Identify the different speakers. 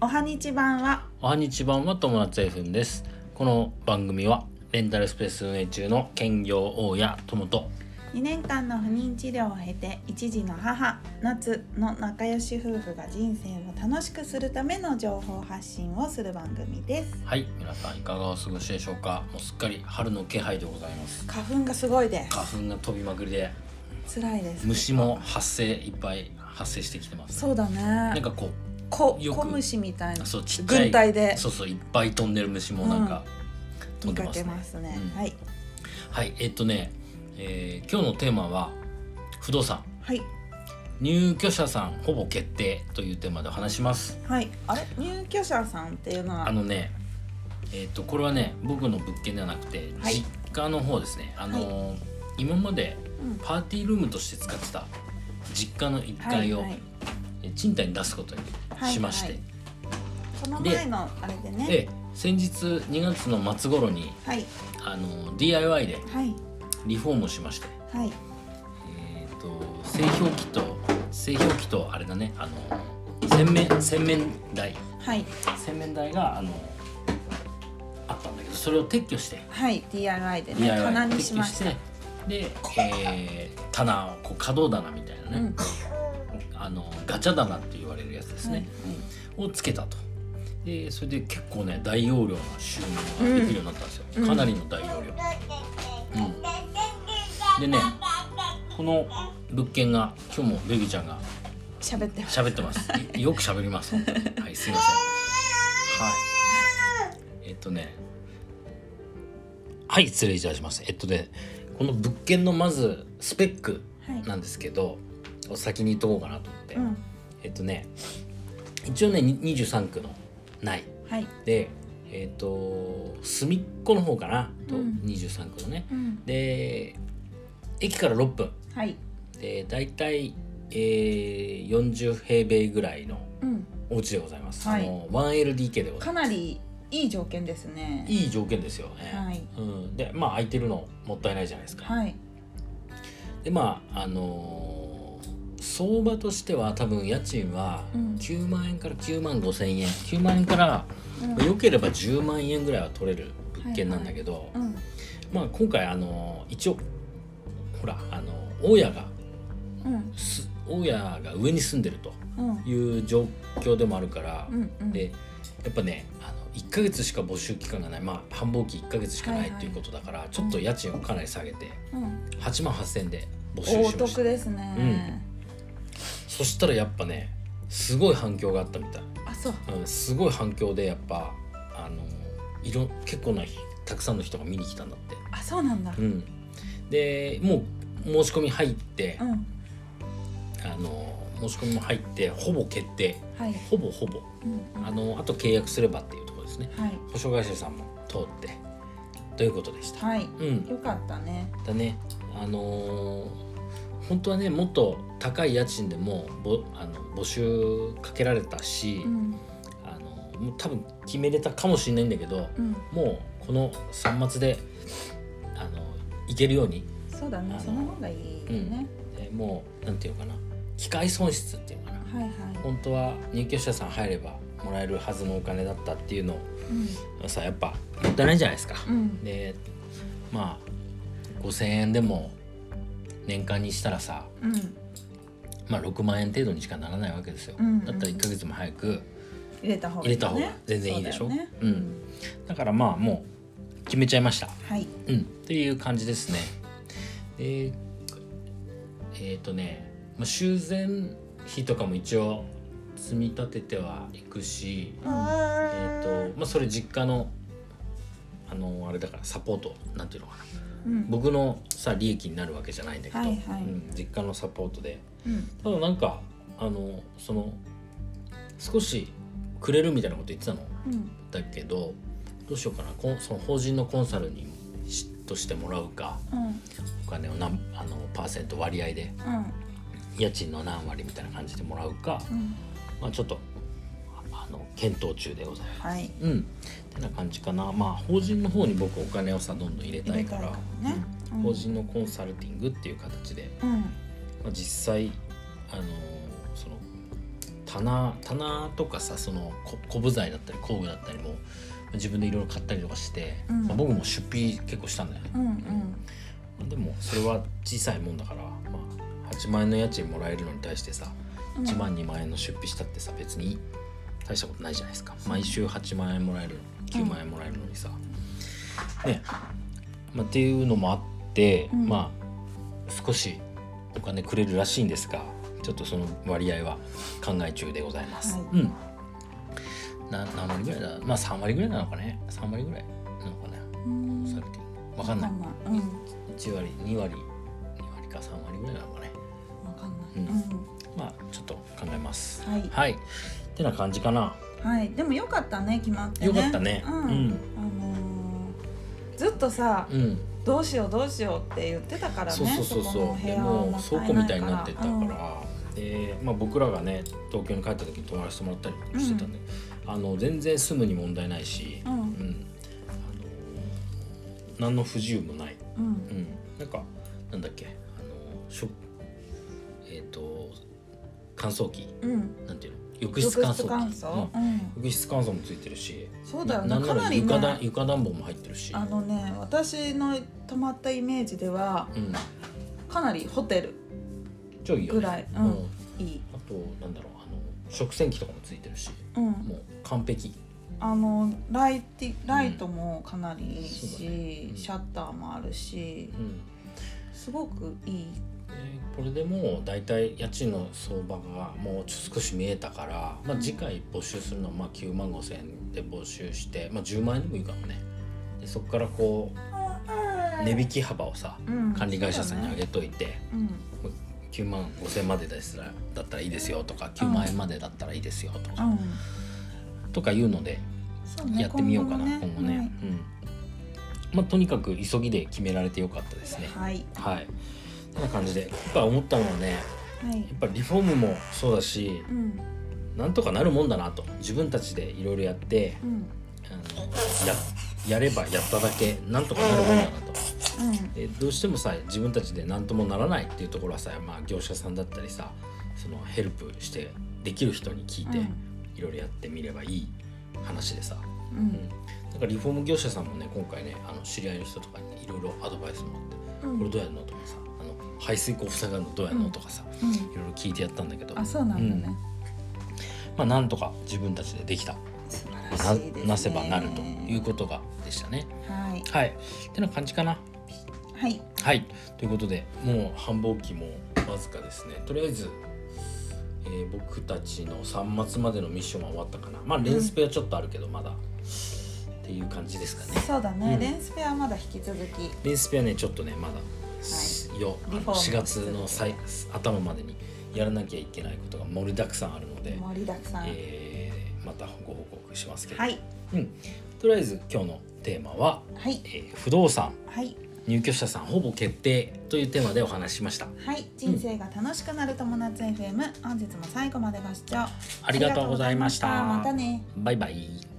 Speaker 1: おはにち版は
Speaker 2: おはにちばんは友達 F です。この番組はレンタルスペース運営中の兼業大家友と
Speaker 1: 2年間の不妊治療を経て一児の母夏の仲良し夫婦が人生を楽しくするための情報発信をする番組です
Speaker 2: はい皆さんいかがお過ごしでしょうか。もうすっかり春の気配でございます。
Speaker 1: 花粉がすごいです
Speaker 2: 花粉が飛びまくりで
Speaker 1: 辛いです
Speaker 2: 虫も発生いっぱい発生してきてます。
Speaker 1: そうだ
Speaker 2: なん
Speaker 1: ね
Speaker 2: かこ
Speaker 1: こ
Speaker 2: よく
Speaker 1: 小虫みたいな
Speaker 2: うそうちっちゃい
Speaker 1: 軍隊で
Speaker 2: そうそういっぱい飛んでる虫もなんか飛
Speaker 1: 見
Speaker 2: んで
Speaker 1: か
Speaker 2: ます
Speaker 1: け
Speaker 2: ね。
Speaker 1: ますね
Speaker 2: うん
Speaker 1: はい
Speaker 2: はいえっとね、えー今日のテーマは不動産
Speaker 1: はい
Speaker 2: 入居者さんほぼ決定というテーマで話します。
Speaker 1: はいあれ入居者さんっていうのは
Speaker 2: あのね、えっ、とこれはね、僕の物件ではなくて、
Speaker 1: はい
Speaker 2: 実家の方ですね。あのー今まで
Speaker 1: うん
Speaker 2: パーティールームとして使ってた実家の1階を
Speaker 1: はいはい
Speaker 2: え賃貸に出すことにしまして、
Speaker 1: はいこの前のあれでね
Speaker 2: で先日2月の末頃に
Speaker 1: はい
Speaker 2: あのー DIY で
Speaker 1: はい
Speaker 2: リフォームをしまして、
Speaker 1: はい
Speaker 2: えっ、と製氷機と製氷機とあれだね、あのー洗面洗面台
Speaker 1: はい
Speaker 2: 洗面台があのーあったんだけど、それを撤去して。
Speaker 1: はい DIY でね
Speaker 2: DIY
Speaker 1: 棚にしました
Speaker 2: 撤去してで、えー棚をこう可動棚みたいなね、
Speaker 1: うん
Speaker 2: あのガチャ棚って言われるやつです
Speaker 1: はい
Speaker 2: ね、をつけたとでそれで結構ね大容量の収納ができるようになったんですよ、
Speaker 1: うん
Speaker 2: かなりの大容量、うんでねこの物件が今日もベビちゃんが
Speaker 1: 喋ってます
Speaker 2: 喋ってますいよく喋ります本当にはいすいませんはいえっとねはい失礼いたしますえっとねこの物件のまずスペック
Speaker 1: はい
Speaker 2: なんですけど、お先に言っとこうかなと思って、
Speaker 1: うん
Speaker 2: えっとね一応ねに23区の内
Speaker 1: はい
Speaker 2: でえっと隅っこの方かなと、
Speaker 1: うん
Speaker 2: 23区のね
Speaker 1: うん
Speaker 2: で駅から6分
Speaker 1: はい
Speaker 2: で大体、えー、40平米ぐらいの
Speaker 1: うん
Speaker 2: お家でございます、
Speaker 1: はい
Speaker 2: あの 1LDK でござい
Speaker 1: か
Speaker 2: ま
Speaker 1: なりいい条件ですね
Speaker 2: すいい条件ですよね、
Speaker 1: はい
Speaker 2: うん、でまあ空いてるのもったいないじゃないですか、
Speaker 1: はい
Speaker 2: でまああのー相場としては多分家賃は
Speaker 1: うん
Speaker 2: 9万円から9万5千円9万円から、
Speaker 1: うん
Speaker 2: まあ良ければ10万円ぐらいは取れる物件なんだけど、
Speaker 1: うん
Speaker 2: まあ今回あのー一応ほらあのー大家が
Speaker 1: うん
Speaker 2: す大家が上に住んでると
Speaker 1: うん
Speaker 2: いう状況でもあるから、
Speaker 1: うんうん
Speaker 2: でやっぱねあの1ヶ月しか募集期間がないまあ繁忙期1ヶ月しかな
Speaker 1: はい
Speaker 2: い
Speaker 1: はい
Speaker 2: ということだから、ちょっと家賃をかなり下げて
Speaker 1: うん
Speaker 2: 8万8,000円で募集
Speaker 1: お
Speaker 2: しま
Speaker 1: 得
Speaker 2: した
Speaker 1: ですね
Speaker 2: そしたらやっぱねすごい反響があったみたい、
Speaker 1: あそう
Speaker 2: うん、すごい反響でやっぱあのいろ結構なひたくさんの人が見に来たんだって、
Speaker 1: あそうなんだ
Speaker 2: うん、でもう申し込み入って、
Speaker 1: うん
Speaker 2: あの申し込みも入ってほぼ決定
Speaker 1: はい
Speaker 2: ほぼほぼ
Speaker 1: うんうん
Speaker 2: あのあと契約すればっていうところですね
Speaker 1: はい
Speaker 2: 保証会社さんも通ってということでした、
Speaker 1: はい
Speaker 2: うん
Speaker 1: よかったね
Speaker 2: だねあのー本当はねもっと高い家賃でもぼあの募集かけられたし、
Speaker 1: うん
Speaker 2: あのもう多分決めれたかもしれないんだけど
Speaker 1: うん
Speaker 2: もうこの3末であのいけるように
Speaker 1: そうだね
Speaker 2: あの
Speaker 1: その方がいいよね
Speaker 2: えもうなんていうのかな機械損失っていうのかな
Speaker 1: はいは
Speaker 2: 本当は入居者さん入ればもらえるはずのお金だったっていうの
Speaker 1: いうん
Speaker 2: をさやっぱもったいないじゃないですか。
Speaker 1: うん
Speaker 2: でまあ5,000円でも年間にしたらさ、
Speaker 1: うん
Speaker 2: まあ、6万円程度にしかならないわけですよ。
Speaker 1: うんうん
Speaker 2: だったら1ヶ月も早く
Speaker 1: 入れた方がい
Speaker 2: 入
Speaker 1: い
Speaker 2: れ
Speaker 1: よ
Speaker 2: た方
Speaker 1: ね
Speaker 2: が全然いいでし
Speaker 1: そ
Speaker 2: ょ。
Speaker 1: うだよね
Speaker 2: う、
Speaker 1: うん
Speaker 2: だからまあもう決めちゃいました。
Speaker 1: はい
Speaker 2: うん、という感じですね。でえっ、とね、まあ、修繕費とかも一応積み立ててはいくし、
Speaker 1: うん
Speaker 2: えっ、とまあそれ実家のあのあれだからサポートなんていうのかな
Speaker 1: うん
Speaker 2: 僕のさ利益になるわけじゃないんだけど、
Speaker 1: はいはい
Speaker 2: うん、実家のサポートで
Speaker 1: うん
Speaker 2: ただなんかあのその少しくれるみたいなこと言ってたの
Speaker 1: うん
Speaker 2: だけどどうしようかなこんその法人のコンサルにしとしてもらうか
Speaker 1: うん
Speaker 2: お金を何あのパーセント割合で
Speaker 1: うん
Speaker 2: 家賃の何割みたいな感じでもらうか、
Speaker 1: うん
Speaker 2: まあ、ちょっとああの検討中でございます。
Speaker 1: はい
Speaker 2: うん、てな感じかなまあ法人の方に僕お金をさどんどん入れたいから
Speaker 1: 入れたいからね
Speaker 2: うん
Speaker 1: うん
Speaker 2: 法人のコンサルティングっていう形で、
Speaker 1: うん
Speaker 2: まあ、実際あのその棚棚とかさそのこ古部材だったり工具だったりも自分でいろいろ買ったりとかして、
Speaker 1: うん
Speaker 2: まあ、僕も出費結構したんだよね、
Speaker 1: うんうん
Speaker 2: でもそれは小さいもんだから、まあ、8万円の家賃もらえるのに対してさ
Speaker 1: うん
Speaker 2: 1万2万円の出費したってさ別に大したことないじゃないですか毎週8万円もらえる9万円もらえるのにさ、ね、まあ、っていうのもあって、
Speaker 1: うん
Speaker 2: まあ少しお金くれるらしいんですがちょっとその割合は考え中でございます、
Speaker 1: はい
Speaker 2: うんな何割ぐらいだまあ3割ぐらいなのかね3割ぐらいなのかな
Speaker 1: うん
Speaker 2: されてるわかんない
Speaker 1: わかんないうん
Speaker 2: 1割2割2割か3割ぐらいなのかね
Speaker 1: わかんない、
Speaker 2: うん
Speaker 1: う
Speaker 2: まあちょっと考えます
Speaker 1: んはい
Speaker 2: はいってな感じかな
Speaker 1: はい、でもよかったね決まってね
Speaker 2: よかったね
Speaker 1: う
Speaker 2: うんん
Speaker 1: あのーずっとさ、
Speaker 2: うん
Speaker 1: どうしようどうしようって言ってたからね
Speaker 2: そうそうそう
Speaker 1: この
Speaker 2: そ
Speaker 1: お
Speaker 2: う
Speaker 1: 部
Speaker 2: で
Speaker 1: 屋は
Speaker 2: も
Speaker 1: もったいな
Speaker 2: 倉
Speaker 1: い
Speaker 2: 庫みたいになってたから、
Speaker 1: うん
Speaker 2: で、まあ、僕らがね東京に帰った時に泊まらせてもらったりもしてたんで、あの全然住むに問題ないし、
Speaker 1: うん
Speaker 2: うんあの何の不自由もない、
Speaker 1: うん
Speaker 2: うん、なんかなんだっけあのしょえっ、と乾燥機
Speaker 1: うん
Speaker 2: なんていうの浴室乾
Speaker 1: 浴室
Speaker 2: 燥機
Speaker 1: 乾燥
Speaker 2: うん
Speaker 1: うん
Speaker 2: 浴室乾燥もついてるし
Speaker 1: そうだよ
Speaker 2: な
Speaker 1: ね
Speaker 2: んな
Speaker 1: からなり
Speaker 2: 床だ
Speaker 1: ね
Speaker 2: 床暖房も入ってるし
Speaker 1: あのね私の泊まったイメージでは
Speaker 2: うん
Speaker 1: かなりホテル
Speaker 2: 超いいよね
Speaker 1: ぐらいうん
Speaker 2: うん
Speaker 1: いい、
Speaker 2: あとなんだろうあの食洗機とかもついてるし
Speaker 1: うん、
Speaker 2: もう完璧
Speaker 1: あのライティライトもかなりいい
Speaker 2: そう
Speaker 1: し、
Speaker 2: だねうん
Speaker 1: シャッターもあるし
Speaker 2: うん
Speaker 1: すごくいい、
Speaker 2: でこれでもう大体家賃の相場がもうちょ少し見えたから、まあ、次回募集するのはまあ9万5千円で募集して、まあ、10万円でもいいかもねでそこからこう値引き幅をさ
Speaker 1: うん、
Speaker 2: 管理会社さんにあ
Speaker 1: そうだね
Speaker 2: げといて、
Speaker 1: うん
Speaker 2: 9万5千までですらだったらいいですよとか9万円までだったらいいですよとか、
Speaker 1: うん
Speaker 2: とかいうので
Speaker 1: そうね
Speaker 2: やってみようかな今後ね
Speaker 1: もね
Speaker 2: うんまあ、とにかく急ぎで決められてよかったですね
Speaker 1: はい
Speaker 2: はいそんな感じで今回思ったのはね
Speaker 1: はい
Speaker 2: やっぱリフォームもそうだし
Speaker 1: うん
Speaker 2: なんとかなるもんだなと自分たちでいろいろやって
Speaker 1: うんうん
Speaker 2: あのややればやっただけなんとかなるもんだなとでどうしてもさ自分たちで何ともならないっていうところはさ、まあ、業者さんだったりさそのヘルプしてできる人に聞いて
Speaker 1: うん
Speaker 2: いろいろやってみればいい話でさ、
Speaker 1: う
Speaker 2: うん
Speaker 1: ん
Speaker 2: なんかリフォーム業者さんもね今回ねあの知り合いの人とかにいろいろアドバイスもらって、
Speaker 1: うん
Speaker 2: これどうやるのとかさあの排水口塞がるのどうやるのとかさ
Speaker 1: うん
Speaker 2: いろいろ聞いてやったんだけど
Speaker 1: あそうなんだね、
Speaker 2: まあなんとか自分たちでできた
Speaker 1: 素晴
Speaker 2: な
Speaker 1: らしいですね
Speaker 2: なせばなるということがでしたね。
Speaker 1: はい
Speaker 2: はいってな感じかな。
Speaker 1: はい
Speaker 2: はいということでもう繁忙期もわずかですねとりあえず、えー僕たちの3末までのミッションは終わったかなまあレンスペはちょっとあるけどまだ、っていう感じですかね。
Speaker 1: そうだね、
Speaker 2: うん
Speaker 1: レンスペアまだ引き続き
Speaker 2: レンスペはねちょっとねまだ、よあ
Speaker 1: リ
Speaker 2: の
Speaker 1: フォーム
Speaker 2: 4月の最頭までにやらなきゃいけないことが盛りだくさんあるので、
Speaker 1: 盛りだくさん、
Speaker 2: えーまたご報告しますけど、
Speaker 1: はい
Speaker 2: うん、とりあえず今日のテーマは、
Speaker 1: はい
Speaker 2: えー不動産
Speaker 1: はい
Speaker 2: 入居者さんほぼ決定というテーマでお話ししました
Speaker 1: はい人生が楽しくなる友達 FM、本日も最後までご視聴
Speaker 2: ありがとうございました
Speaker 1: ありがとうございましたまたね
Speaker 2: バイバイ